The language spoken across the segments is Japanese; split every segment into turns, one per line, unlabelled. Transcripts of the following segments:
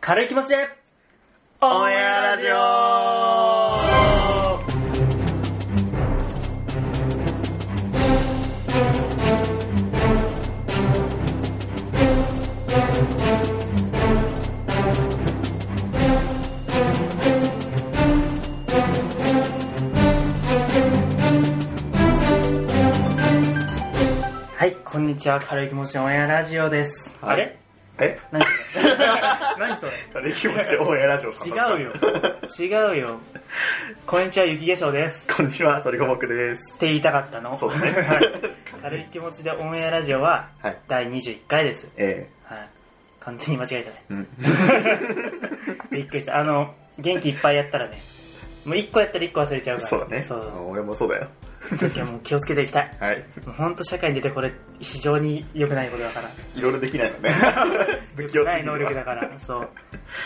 軽い気持ちでオンエアラジオはい、こんにちは。軽い気持ちのオンエアラジオです。
はい
あれ
え
何それ何それ
軽い気持ちでオンエアラジオさんだった
違うよ違うよこんにちは雪化粧です
こんにちは、鳥子 目です。
って言いたかったの
そうですね
はい軽い気持ちでオンエアラジオは
はい。
第21回です、
え
はい、完全に間違えたね
えうん。
びっくりしたあの元気いっぱいやったらねもう1個やったら1個忘れちゃうから
そうだね。
そうそう
俺もそうだよ。
今日はもう気をつけていきたい
はい。
もうほんと社会に出てこれ非常に良くないことだから
いろいろできないの ね。
良
不器用すぎ
く
るわ
ない能力だからそう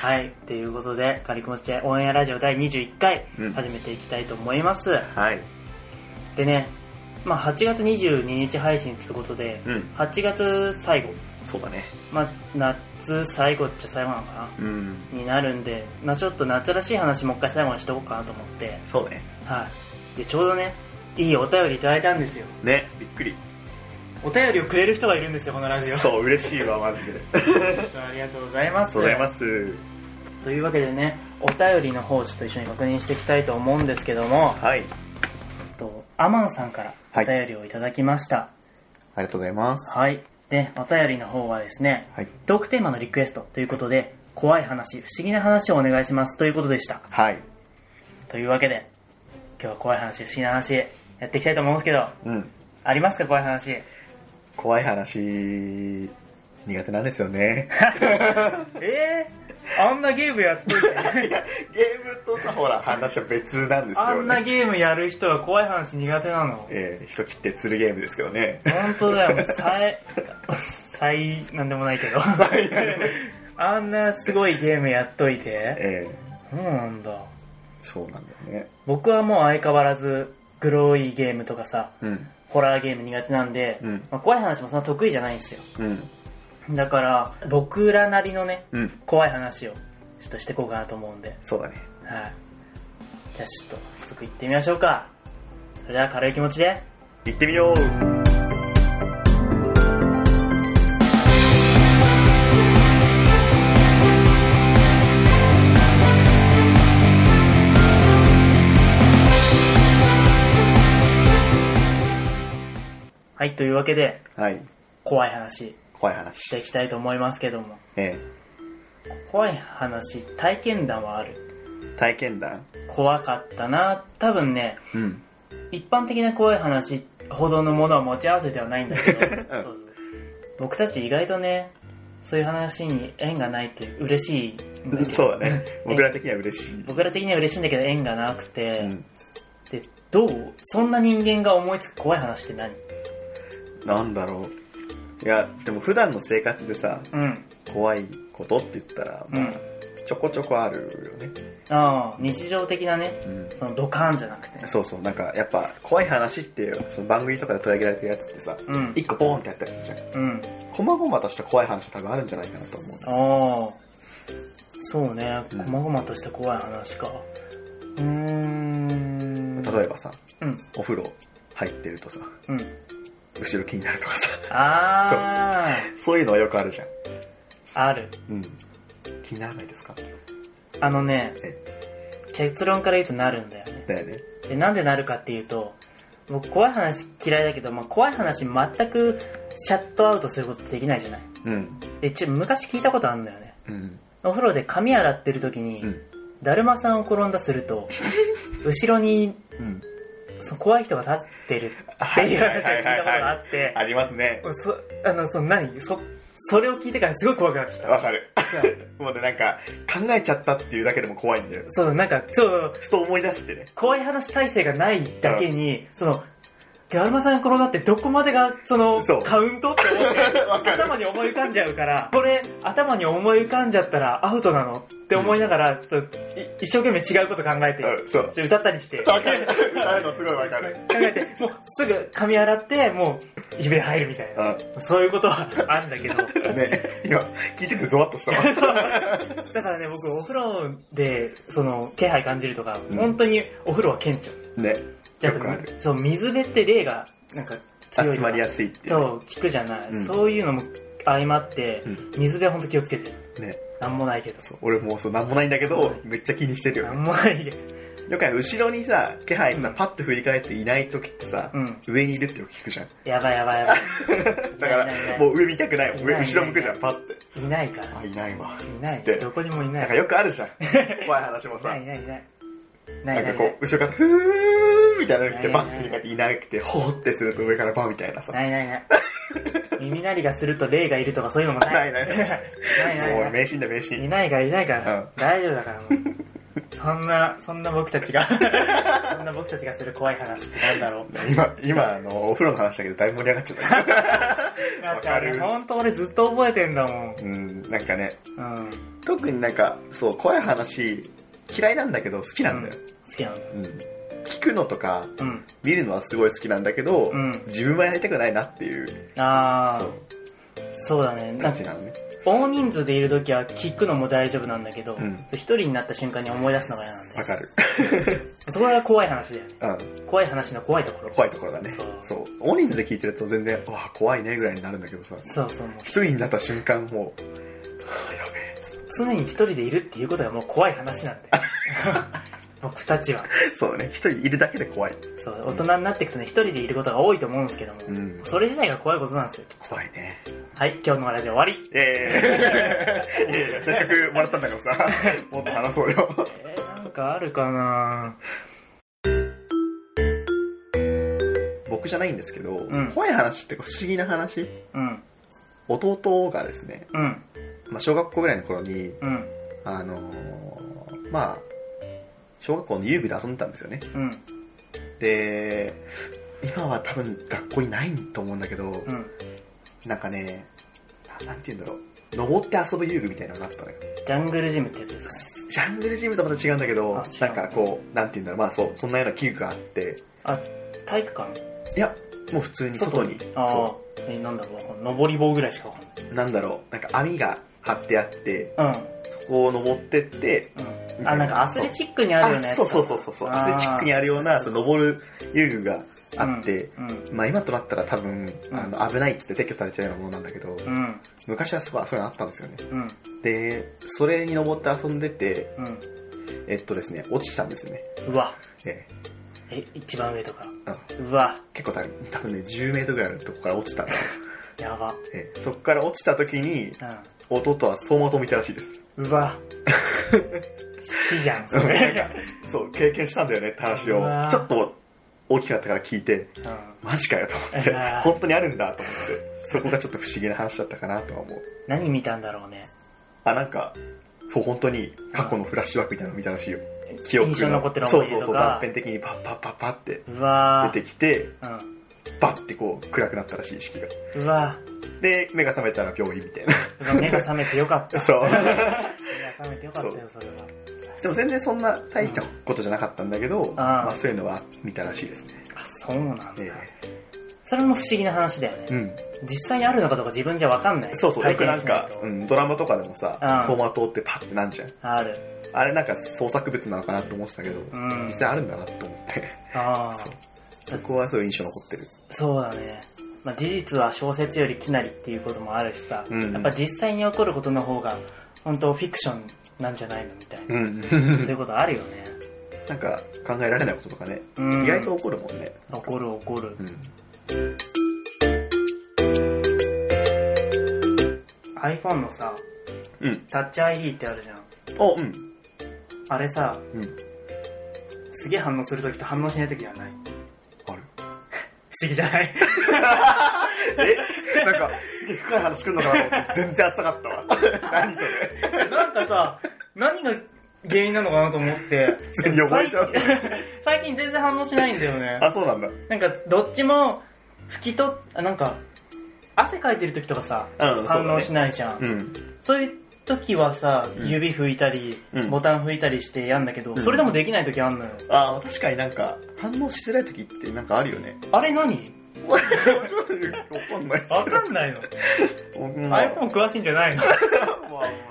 はいということで軽い気持ちでオンエアラジオ第21回
うん
始めていきたいと思います、
はい。
でね、まあ、8月22日配信ってことで、
うん。
8月最後、
そうだね。
まあ、夏最後っちゃ最後なのか
うん。
なになるんで、まあ、ちょっと夏らしい話もう一回最後にしとこうかなと思って、
そうだね。
はい。で、ちょうどね、いいお便りいただいたんですよ。
ね、びっくり。
お便りをくれる人がいるんですよ、このラジオ。
そう、嬉しいわ、マジで。あり
ありがとうございま
が
す。
とうございます。
というわけでね、お便りの方をちょっと一緒に確認していきたいと思うんですけども、
はい。
とアマンさんから
はい
お便りをいただきました。
ありがとうございます。
はい。で、お便りの方はですね、
はい。
トークテーマのリクエストということで、怖い話、不思議な話をお願いしますということでした。
はい。
というわけで、今日は怖い話、不思議な話、やっていきたいと思うんですけど、
うん。
ありますか怖い話。
怖い話、苦手なんです よね。
えー、あんなゲームやっ とい
いや、ゲームとさ、ほら、話は別なんですよね。
あんなゲームやる人が怖い話苦手なの。
えー、人切って釣るゲームですけどね。
本当だよ、もう 最、最、なんでもないけど。
最なんでもない
あんなすごいゲームやっといて。
え
そうなんだ。
ー、そうなんだよね。
僕はもう相変わらず、グロいゲームとかさ、
うん。
ホラーゲーム苦手なんで、
うん
まあ、怖い話もそんな得意じゃないんですよ。
うん。
だから、僕らなりのね、
うん。
怖い話をちょっとしていこうかなと思うんで、
そうだね。
はい。じゃあちょっと早速行ってみましょうか。それでは軽い気持ちで、
行ってみよう
はい、というわけで、
はい。
怖い話
怖い
し
話。
ていきたいと思いますけども、
え
怖い話、体験談はある。
ー、体験談。
怖かったな。多分ね、
うん。
一般的な怖い話ほどのものは持ち合わせてはないんだけど、そうそう僕たち意外とねそういう話に縁がないという嬉しいんだけど
そうだね。僕ら的には嬉しい。
僕ら的には嬉しいんだけど縁がなくて、
うん。
でどうそんな人間が思いつく怖い話って何
なんだろう。いや、でも普段の生活でさ、
うん
怖いことって言ったら、
う
ま
ん
あ、ちょこちょこあるよね。
ああ日常的なね
うん。
そのドカーンじゃなくてね
そうそう、なんか、やっぱ、怖い話っていう、その番組とかで取り上げられてるやつってさ、
うん
一個ポーンってやったやつじゃん。
うん
こまごまとした怖い話は多分あるんじゃないかなと思う。
ああそうね
う
細
ん
々とした怖い話かうーん
例えばさ、
うん
お風呂入ってるとさ、
うん
後ろ気になるとかさ、
ああ
そういうのはよくあるじゃん。
ある
うん。気にならないですか
あのね
え、
結論から言うとなるんだよね。
だよね。
で、なんでなるかっていうと、僕怖い話嫌いだけど、まあ、怖い話全くシャットアウトすることできないじゃない。
うん。
で、ちょ、昔聞いたことあるんだよね。
うん。
お風呂で髪洗ってる時に、
うん
だるまさんを転んだすると、後ろに
うん。
そ怖い人が立ってるっていう話を聞いたことがあって、
ありますね。
そ、あの、その何そ、それを聞いてからすごい怖くなってきた。
わかる。 もうね、なんか、考えちゃったっていうだけでも怖いんだよ。
そう、なんか、そう、
ふと思い出してね。
怖い話体制がないだけに、その、ガルマさん転がってどこまでが、その
そう、
カウントって思って、
わかる。
頭に思い浮かんじゃうから、これ、頭に思い浮かんじゃったらアウトなのって思いながら、ちょっと、い一生懸命違うこと考えて、
うん そう。
ちょっと歌ったりして、
わ
考
かる。歌うのすごいわかる。
えて、もうすぐ髪洗って、もう指入るみたいな。そういうことはあるんだけど。
うん。ね、今、聞いててゾワッとしたわ。
だからね、僕お風呂で、その、気配感じるとか、
うん
本当にお風呂は顕著。
ね、
だ
よ
か
くあ
ら
る。
そう、水辺って霊が、なんか、強い
集
とか
まりやすいってい。
そうう、聞くじゃない。
うん
そういうのも相まって、
うん
水辺は本当気をつけてる。
ね、
なんもないけど。
そう俺もうそう、なんもないんだけど、めっちゃ気にしてる
な
よ
ん
ね。
もないけど。
よくある後ろにさ、気配
うん
パッと振り返っていない時ってさ、
うん。
上にいるってよく聞くじゃん。
やばいやばいやばい。
だか
いないいな
ら、
い
もう上見たくな
い
い。
ないい
上、
ない
後ろ向くじゃん、パッて。
いないから。
あ、いないわ。
いない
で。
どこにもいな。
ないんかよくあるじゃ ん。怖い話も
い
さ
な。いいないいない。な
ないん
な
か
い
こう、後ろから、ふーみたいなの来て、
い
バ
ないいない
ッて振り返っていなくて、ほーってすると上からバーみたいなさ。
ないないない。耳鳴りがすると霊がいるとかそういうのもな。
ないいない
な
ないい。
ない
もう
ない。
迷信だ迷信。
いないからいないか
う
ら
ん。
大丈夫だからもう。そんな、そんな僕たちが、そんな僕たちがする怖い話ってなんだろう。
今、今、あの、お風呂の話だけど、だいぶ盛り上がっちゃっ
なん
わ
か
か
ね、
る
ほんと俺ずっと覚えてんだもん。
た。うん、なんかね、
うん。
特になんか、そう、怖い話、嫌いなんだけど、好きなんだよ。
好きなんだよ。
うん。聞くのとか、
うん。
見るのはすごい好きなんだけど、
うん
自分はやりたくないなっていう、
あ
そ
ー
う、、
そうだね。なん
感
か
じなのね。
大人数でいるときは聞くのも大丈夫なんだけど、
うん
一人になった瞬間に思い出すのが嫌なんで。
わかる。
そこが怖い話だよね。
うん。
怖い話の怖いところ。
怖いところだね。そう。大人数で聞いてると全然、わあ、怖いねぐらいになるんだけどさ、
そうそう、もう
一人になった瞬間もう、はあやべえ。
常に一人でいるっていうことがもう怖い話なん で。僕たちは。
そうね、一人いるだけで怖い。
そう、大人になっていくとね、一人でいることが多いと思うんですけども、
うん。
それ自体が怖いことなんですよ。
怖いね。
はい、今日のラジオ終わり。
ええいやいや、せっかくもらったんだからさ、 もっと話そうよ。
えー、なんかあるかな
僕じゃないんですけど、
ん
怖い話って不思議な話
うん、
弟がですね、
うん、
まあ、小学校ぐらいの頃に、
うん、
あのーまあ、小学校の遊具で遊んでたんですよね。
うん、
で、今は多分学校にないと思うんだけど、
うん。
なんかね、ななんて言うんだろう。登って遊ぶ遊具みたいなのがあったのよ。
ジャングルジムってやつですかね。
ジャングルジムとまた違うんだけど
あ違う、
なんかこう、なんて言うんだろう。まあそう、そんなような器具があって、
あ、体育館
いや、もう普通に外に、
ああ
そ、
えー、なんだろう、この登り棒ぐらいしかわかん
う、なんだろう、なんか網が張ってあって、
ない。
そこを登ってって、
うん、うん。あ、なんかアスレチックにあるようなやつか。
そうそうそうそうそう、
あー
アスレチックにあるような、その登る遊具があって、
うん、
まあ今となったら多分、
ん
あの危ないっつって撤去されちゃうようなものなんだけど、
うん、
昔はすごいそういうのあったんですよね。
うん、
で、それに登って遊んでて、
うん。
えっとですね、落ちたんですよね。
うわ、
え
え、一番上とか。
えうん
うわ、
結構多分多分ね、10メートルぐらいあるとこから落ちたんですよ。
やば。
ええそこから落ちた時に、弟は走馬灯見たらしいです。
うん。うわ。死じゃん、そ
うんな
れ
んか。そう、経験したんだよねって話
うわ
を
ー、
ちょっと大きくなったから聞いて、
うん。
マジかよと思っ
う
て
わー、
本当にあるんだと思って、そこがちょっと不思議な話だったかなとは思う。
何見たんだろうね。
あ、なんか、そう、本当に過去のフラッシュバックみたいなの見たらしいよ。記憶
印象に残ってる
そ
思
う
い出
そう
と
そう、
か
断。片的にパッパッパッパッって
うわ
出てきて、
ー
バッてこう暗くなったらしい意識が。
うん。うわ
で、目が覚めたら病院みたい な。
うわ目が覚めてよか った。
そう。
目が覚めてよかったよ、それは。
でも全然そんな大したことじゃなかったんだけど、
あー
まあそういうのは見たらしいですね。
あ、そうなんだ。
え
それも不思議な話だよね
え。うん。
実際にあるのかとか自分じゃわかんない。
そうそう、よ
体
く
験
なん
しない
か
と、
うん、ドラマとかでもさ、
うん
走馬灯ってパッてなんじゃん。
ある。
あれなんか創作物なのかなと思ってたけど、
うん
実際あるんだなと思って。
ああ
そ。うそこはそういう印象残ってる。
そうだね。まあ、事実は小説よりきなりっていうこともあるしさ、
うん
やっぱ実際に起こることの方が、本当フィクションなんじゃないのみたいな。
うん。
そういうことあるよね。
なんか考えられないこととかね、
うん
意外と起こるもんね。
起こる起こる
う。ん。
iPhone のさ、
うん。
タッチ ID ってあるじゃん。
お、うん。
あれさ、
うん。
すげえ反応するときと反応しないときはない。
ある。
不思議じゃない
え なんか、すげえ深い 話くんのかなと思って、全然浅かったわ。何それ。
なんかさ、何が原因なのかなと思 って。
通に覚えちゃう
最近最近全然反応しないんだよね。
あ、そうなんだ。
なんか、どっちも、拭き取っ、あなんか、汗かいてる時とかさ、
うん、そう
反
だ
応
ね
しないじゃん。
うん。
そういう時はさ、
うん
指拭いたり、
うん
ボタン拭いたりしてやんだけど、
うん
それでもできない時あんのよ。
あー、確かになんか、反応しづらい時ってなんかあるよ ね。
あれ何
わかんない
わかん ないの。
うんまあ、
iPhone 詳しいんじゃないの
まあ、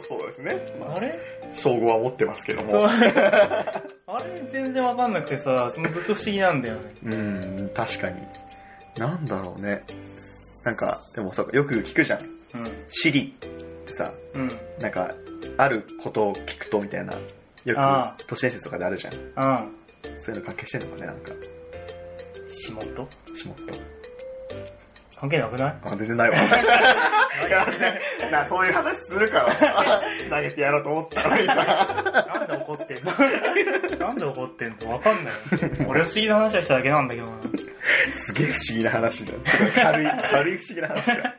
そうですね。ま
あ
あ、
れ
称号は持ってますけど
そう
も。
あれ全然わかんなくてさ、そのずっと不思議なんだよね。
うん、確かに。なんだろうね。なんか、でもさ、よく聞くじゃん。シリってさ、
うん。うん。
なんか、あることを聞くとみたいな、よ
あ
く都市伝説とかであるじゃん。
うん。
そういうの関係してんのかね、なんか、
指紋と
しもっと。
関係なくない
あ、全然ない わ。な、そういう話するから、 投げてやろうと思ったのにさ。
なんで怒ってんのなんで怒ってんのわかんない。 俺は不思議な話をしただけなんだけどな。
すげえ不思議な話だ。すごい軽い、軽い不思議な話だ。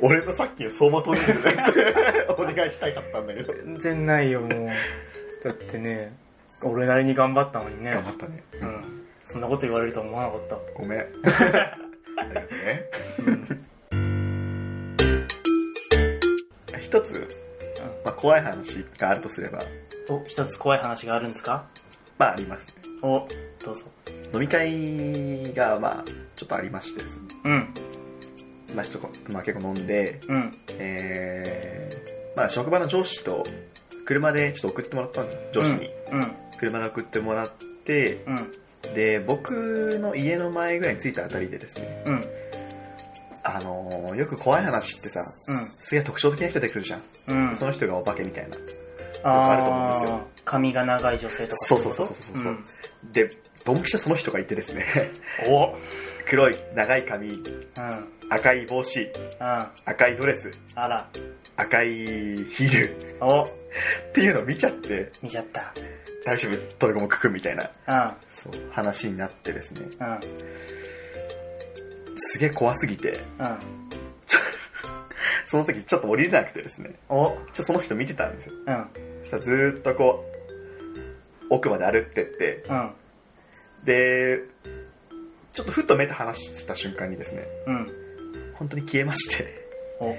俺のさっきの相馬トリーズお願いしたかったんだけど。
全然ないよ、 もう。だってね、俺なりに頑張ったのにね
頑。張ったね。
うん。そんなこと言われるとは思わなかった。
ごめん。ありがとうね。一つ、まあ、怖い話があるとすれば、
お、一つ怖い話があるんですか
まあありますね。
お、どうぞ。
飲み会が、まあ、ちょっとありましてですね。
うん、
まあ、ちょっとまあ、結構飲んで、
うん、
えー、まあ、職場の上司と、車でちょっと送ってもらったんです。上司に。
うん、
車で送ってもらって、
うん、
で、僕の家の前ぐらいに着いたあたりでですね、
うん、
あのー、よく怖い話ってさ、
うん、
すげえ特徴的な人出てくるじゃん。
うん。
その人がお化けみたいな。あると思うん
あ
ですよ
ー、髪が長い女性とか
そうそうそうそうそうそう
うん
で、ドンピシャその人がいてですね、
お、うん、
黒い長い髪、
うん、
赤い帽子、
あ
赤いドレス、
ら、
赤いヒール
お、
っていうのを見ちゃって、
見ちゃった。
大丈夫、トイコもくくみたいな、
う
そう、話になってですね、
ん、うん、
すげえ怖すぎて、
うん。
その時ちょっと降りれなくてですね、
お、
ちょっとその人見てたんですよ。
うん、
そしたらずーっとこう、奥まで歩ってって、
うん、
で、ちょっとふっと目と離した瞬間にですね、
うん。
本当に消えまして、
お、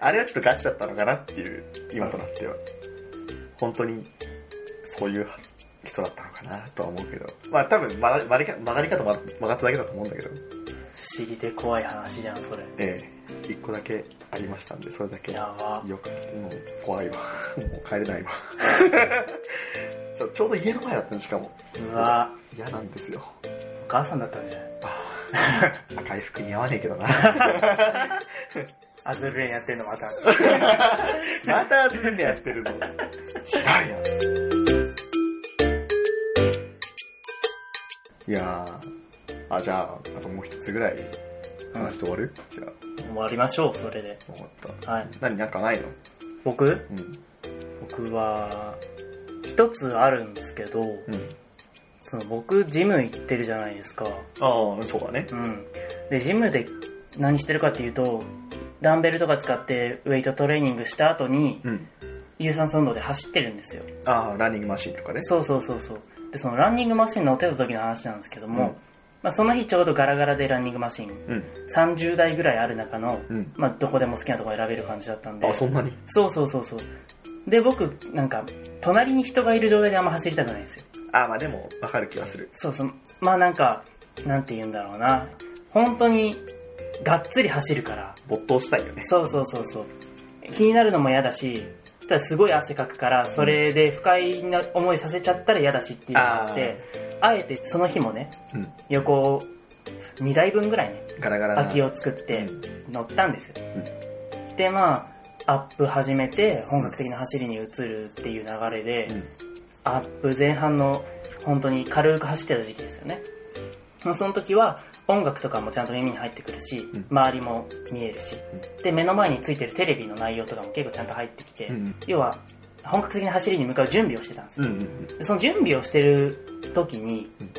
あれはちょっとガチだったのかなっていう、今となっては。本当に、そういう人だったのかなとは思うけど。まあ多分曲が曲がりか曲がり方も曲がっただけだと思うんだけど、
不思議で怖い話じゃん、それ。
ええ、一個だけありましたんで、それだけ。
やば。
よく、もう怖いわ。 もう帰れないわ。 そうちょうど家の前だったの、しかも。
うわ、
嫌なんですよ。
お母さんだったんじゃない
あー赤い服似合わねえけどな。
アズルレンやってんのまた。
またズルでやってるの。違うよ。いやー、あ、じゃあ、あともう一つぐらい話して終わる、じゃ
終わりましょう、それで。
あ、終わっ
はい。
た。何、なんかないの
僕
うん。
僕は、一つあるんですけど、
うん。
その僕、ジム行ってるじゃないですか。
ああ、そうだね。
うん。で、ジムで何してるかっていうと、ダンベルとか使ってウェイトトレーニングした後に、
うん。
有酸素運動で走ってるんですよ。
ああ、ランニングマシンとかね。
そうそうそうそう。で、そのランニングマシン乗ってた時の話なんですけども、
うん
まあその日ちょうどガラガラでランニングマシン、
うん。
30台ぐらいある中の、
うん。
まあどこでも好きなとこ選べる感じだったんで。
あ、そんなに
そうそうそうそう。で、僕、なんか、隣に人がいる状態であんま走りたくないんですよ。
ああ、まあでも、わかる気がする。
そうそう。まあなんか、なんて言うんだろうな。本当に、がっつり走るから。
没頭したいよね。
そうそうそうそう。気になるのも嫌だし、ただすごい汗かくから、それで不快な思いさせちゃったら嫌だしっていうのがあって、あえてその日もね、
うん。
横2台分ぐらいね、
ガラガラな。
空きを作って乗ったんですよ。
うん
で、まあ、アップ始めて、本格的な走りに移るっていう流れで、
うん。
アップ前半の本当に軽く走ってた時期ですよね。まあその時は音楽とかもちゃんと耳に入ってくるし、
ん
周りも見えるし、で、目の前についてるテレビの内容とかも結構ちゃんと入ってきて、
うん。
要は本格的な走りに向かう準備をしてたんですよ。
うん。うん。
でその準備をしてる時に
うん、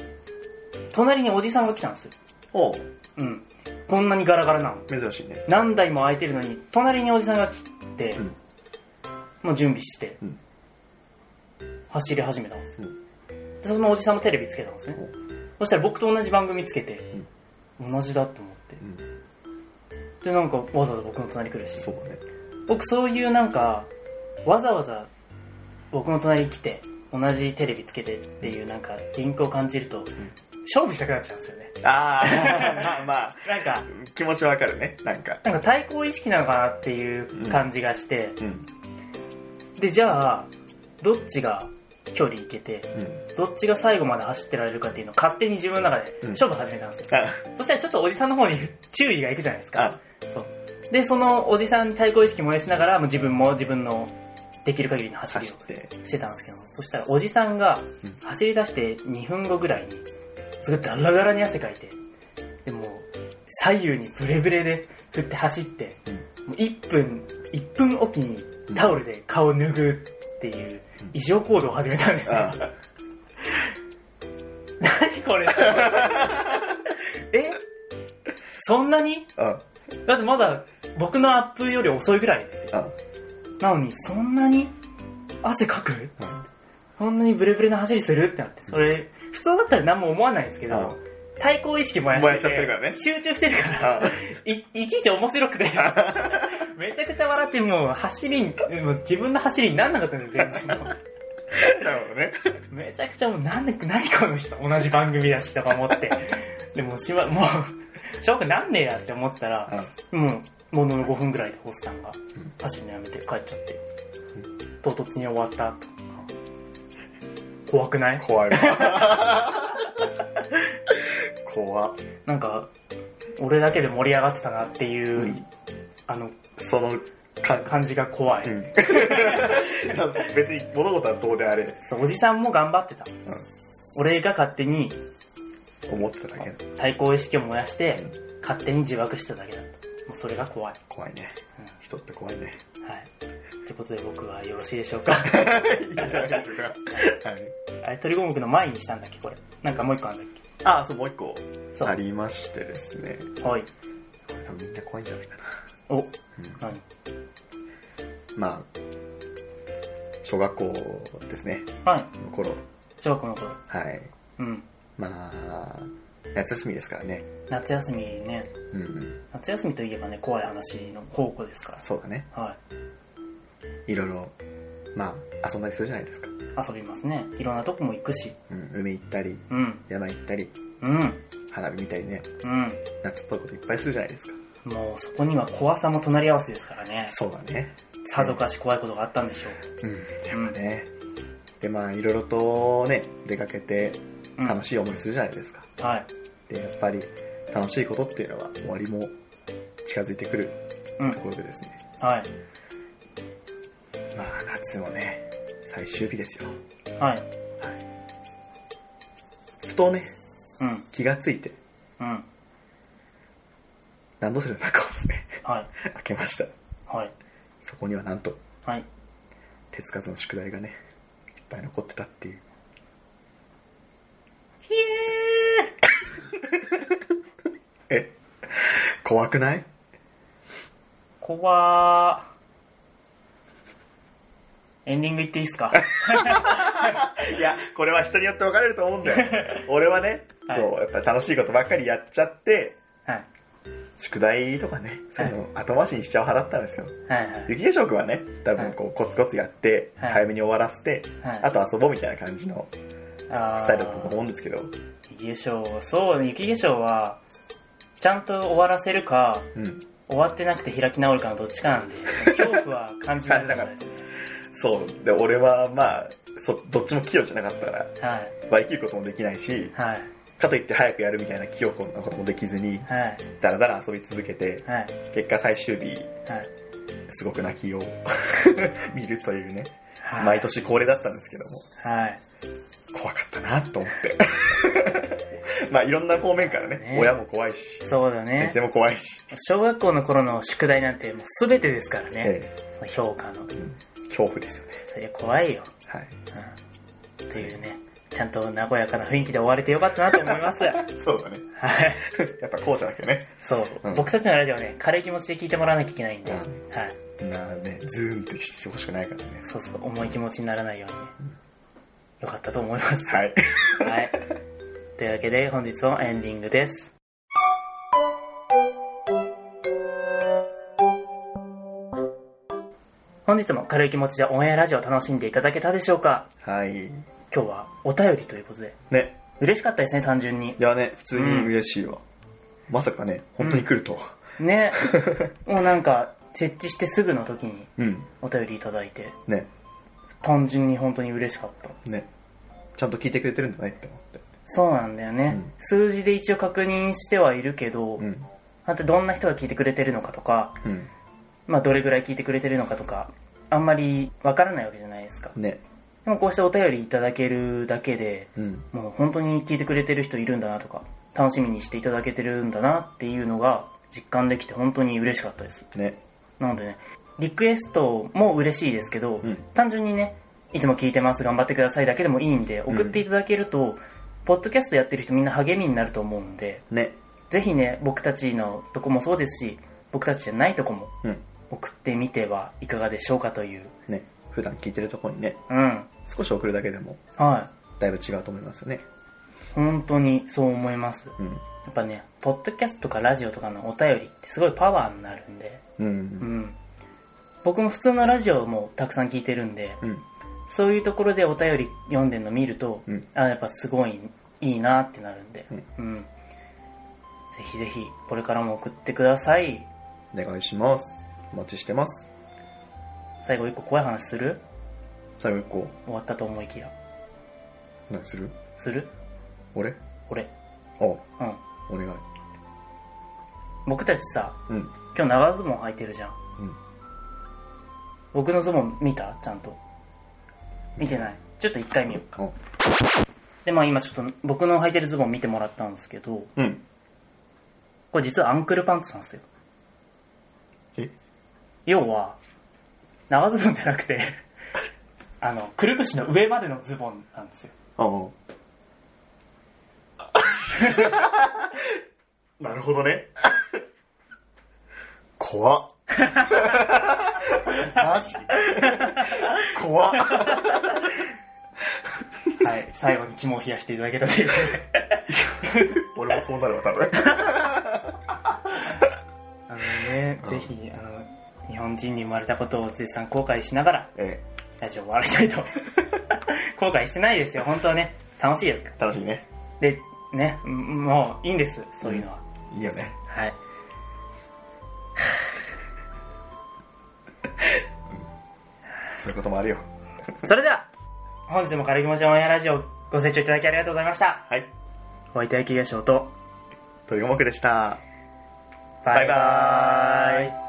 隣におじさんが来たんですよ。
おう
うん。こんなにガラガラなの。
珍しいね。
何台も空いてるのに、隣におじさんが来て、
うん
もう準備して
うん、
走り始めたんですよ。
う
でそのおじさんもテレビつけたんですね。そしたら僕と同じ番組つけて、同じだと思って。
うん。
で、なんかわざわざ僕の隣来るし、
そうだね。
僕そういうなんか、わざわざ僕の隣に来て、同じテレビつけてっていうなんか、リンクを感じると、勝負したくなっちゃうんですよね。
ああ、まあまあ、
なんか、
気持ちわかるね、なんか。
なんか対抗意識なのかなっていう感じがして、
うん。
で、じゃあ、どっちが距離いけて、
うん。
どっちが最後まで走ってられるかっていうのを勝手に自分の中で
うん
勝負始めたんですよ。
あ、
そしたらちょっとおじさんの方に 注意がいくじゃないですか。
あ、
そう。で、そのおじさんに対抗意識燃やしながら、もう自分も自分のできる限りの走り
走
を
って。
してたんですけども、そしたらおじさんが
うん
走り出して2分後ぐらいに、すごいダラダラに汗かいて、でもう左右にブレブレで振って走って、
うん。
もう1分、1分おきにタオルで顔を拭うっていう異常行動を始めたんですよ。
あ、
何 これえそんなに
あ、
だってまだ僕のアップより遅いぐらいですよ。
あ、
なのに、そんなに汗かくそんなにブレブレな走りするってなって、それ、普通だったら何も思わないんですけ
うん。あ
ど、対抗意識燃や
燃や
し
しちゃ
て
って
て
るからね
集中してるから、
あ、
いいちいち面白くて、めちゃくちゃ笑って、もう走りに、もう自分の走りになんなかったんですよ、全 然。
なるほどね。
めちゃくちゃもうなんで、何この人、同じ番組だしとか思って。でもしば、もう、しょうがなんねえやって思ってたら、
あ、
もう、ものの5分ぐらいでホスさんが
ん、
走るのやめて帰っちゃって、唐突に終わった後。怖くない
怖いわ。怖
なんか、俺だけで盛り上がってたなっていう、
うん
あの、
その感
感じが怖い。
うん。別に物事はどうであれ、
そうおじさんも頑張ってた。俺が勝手に
思ってただけだ。
対抗意識を燃やして、勝手に自爆してただけだった。もうそれが怖い。
怖いね。人って怖い ね。
はい。ということで僕はよろしいでしょ うか。
いいじゃないでしょうか。はい。
あれ、鳥五目の前にしたんだっけ、これ。なんかもう一個あるんだっ
あ、そう、もう一個
け。そ
あ
う。
りましてですね。
はい。
これ多分みんな怖いんじゃないかな。
お、
うん
何
まあ、小学校ですね、
はい。
の頃。
小学校の頃。
はい。
うん。
まあ、夏休みですからね。
夏休みね。
うんうん。
夏休みといえばね、怖い話の宝庫ですか
そうだね。
ら。はい。
いろいろ、まあ、遊んだりするじゃないですか。
遊びますね。いろんなとこも行くし。
うん。海行ったり、
うん。
山行ったり、
うん。
花火見たりね、
うん。
夏っぽいこといっぱいするじゃないですか。
もうそこには怖さも隣り合わせですからね。
そうだね。
さぞかし怖いことがあったんでしょ
うん。
う。
ね。で、まあ、いろいろとね、出かけて、
うん。
楽しい思いするじゃないですか。
い。はい。
で、やっぱり、楽しいことっていうのは、終わりも近づいてくる
うん
と。ころでですね。
はい。
まあ、夏のね、最終日ですよ。
はい。
ふとね、
うん。
気がついて、
うん。
ランドセルの中をですね、
はい。
開けました。
はい。
そこにはなんと、
はい。
手つかずの宿題がね、いっぱい残ってたっていう。
ひえー
え怖くない
怖ー。エンディングいっていいっす か
いや、 これは人によって分かれると思うん だよ。俺はね、
はい
そう、やっぱり楽しいことばっかりやっちゃって、
はい。
宿題とかね、そういうの後回しにしちゃう派だったんですよ。
はいはい。
雪化粧くんはね、多分こう、コツコツやって、
はい
早めに終わらせて、
はい、
あと遊ぼうみたいな感じの
あ
スタイルだったと思うんですけど、
雪化粧、そうね、雪化粧は、ちゃんと終わらせるか、
うん。
終わってなくて開き直るかのどっちかなんで、恐怖は感じなかったです
そう。で、俺はまあ、そ、どっちも器用じゃなかったから、
はい。
割り切ることもできないし、
はい。
かといって早くやるみたいな器用なこともできずに、
はい。
だらだら遊び続けて、
はい。
結果最終日、
はい。
すごく泣きを 見るというね、
はい
毎。年恒例だったんですけども、
はい。
怖かったなと思って。 まあ、いろんな方面からね、
ね
親も怖いし、
そうだ
先
ね
生。も怖いし、
小学校の頃の宿題なんてもう全てですからね。
ええ
その評価の。
うん恐怖ですよね。
そりゃ怖いよ。
はい。
うん。というね。ちちゃんと和やかな雰囲気で終われてよかったなと思い ます。は
そうだね。
い。
やっぱこうじゃなきゃね。
そう、
うん
僕たちのラジオね、軽い気持ちで聞いてもらわなきゃいけないんで、
うん
はい。
なあね、ズーンってしてほしくないからね。
そうそう、重い気持ちにならないようにね。よかったと思います。
はい。
はい。というわけで、本日もエンディングです。本日も軽い気持ちでオンエアラジオを楽しんでいただけたでしょうか
はい。
今日はお便りということで、
ね、
嬉しかったですね、単純に
い。やね、普通に嬉しいわ。まさかね、本当に来るとは。
ね。もうなんか、設置してすぐの時に
うん。
お便りいただいて、
ね、
単純に本当に嬉しかった。
ね。ちゃんと聞いてくれてるんだねって思って。
そうなんだよね。
うん
数字で一応確認してはいるけど、
うん。
あとどんな人が聞いてくれてるのかとか、
うん。
まあ、どれぐらい聞いてくれてるのかとか、あんまりわからないわけじゃないですか。
ね。
でもこうしてお便りいただけるだけで、
うん。
もう本当に聞いてくれてる人いるんだなとか、楽しみにしていただけてるんだなっていうのが実感できて本当に嬉しかったです。
ね。
なのでね、リクエストも嬉しいですけど、
うん
単純にね、いつも聞いてます、頑張ってくださいだけでもいいんで、送っていただけると、ポッドキャストやってる人みんな励みになると思うんで、
ね。
ぜひね、僕たちのとこもそうですし、僕たちじゃないとこも
うん。
送ってみてはいかがでしょうかという。
ね。普段聞いてるとこにね、
うん。
少し送るだけでも、
は
だいぶ違うと思いますよね。
い。本当にそう思います。や
うん。
っぱね、ポッドキャストとかラジオとかのお便りってすごいパワーになるんで、
う。
うんん。僕も普通のラジオもたくさん聞いてるんで、
うん。
そういうところでお便り読んでるの見ると、
うん
あやっぱすごいいいなってなるんで、
うん
うん。ぜひぜひ、これからも送ってください。
お願いします。お待ちしてます。
最後一個怖い話する
最後一個、
終わったと思いきや。
何する
する
俺あ、
俺。
お
うん。
願い。
僕たちさ、
うん。
今日長ズボン履いてるじゃん。
うん。
僕のズボン見たちゃんと。見てない。ちょっと一回見ようか。
お
で、まあ今ちょっと僕の履いてるズボン見てもらったんですけど、
うん。
これ実はアンクルパンツなんですよ。
え
要は、長ズボンじゃなくて、 あの、くるぶしの上までのズボンなんですよ。
ああ。 なるほどね。怖っ。マジ 怖っ。
はい。最後に肝を冷やしていただけたということで。
俺もそうなるわ、多分。
あのね、
うん
ぜひ、あの、日本人に生まれたことを絶賛後悔しながら、
え
ラジオ終わりたいと。 後悔してないですよ。本当はね、楽しいですから
え、楽しいね。
で、ね、んもういいんです、そういうのは。
いいよね。
はい。
そういうこともあるよ。
それでは、本日も軽い気持ちのオンエアラジオご清聴いただきありがとうございました。
はい。
お相手は池谷翔と、
という目でした。
バイババ
バイ
イ
バ
バ
ー
ー
イ
イ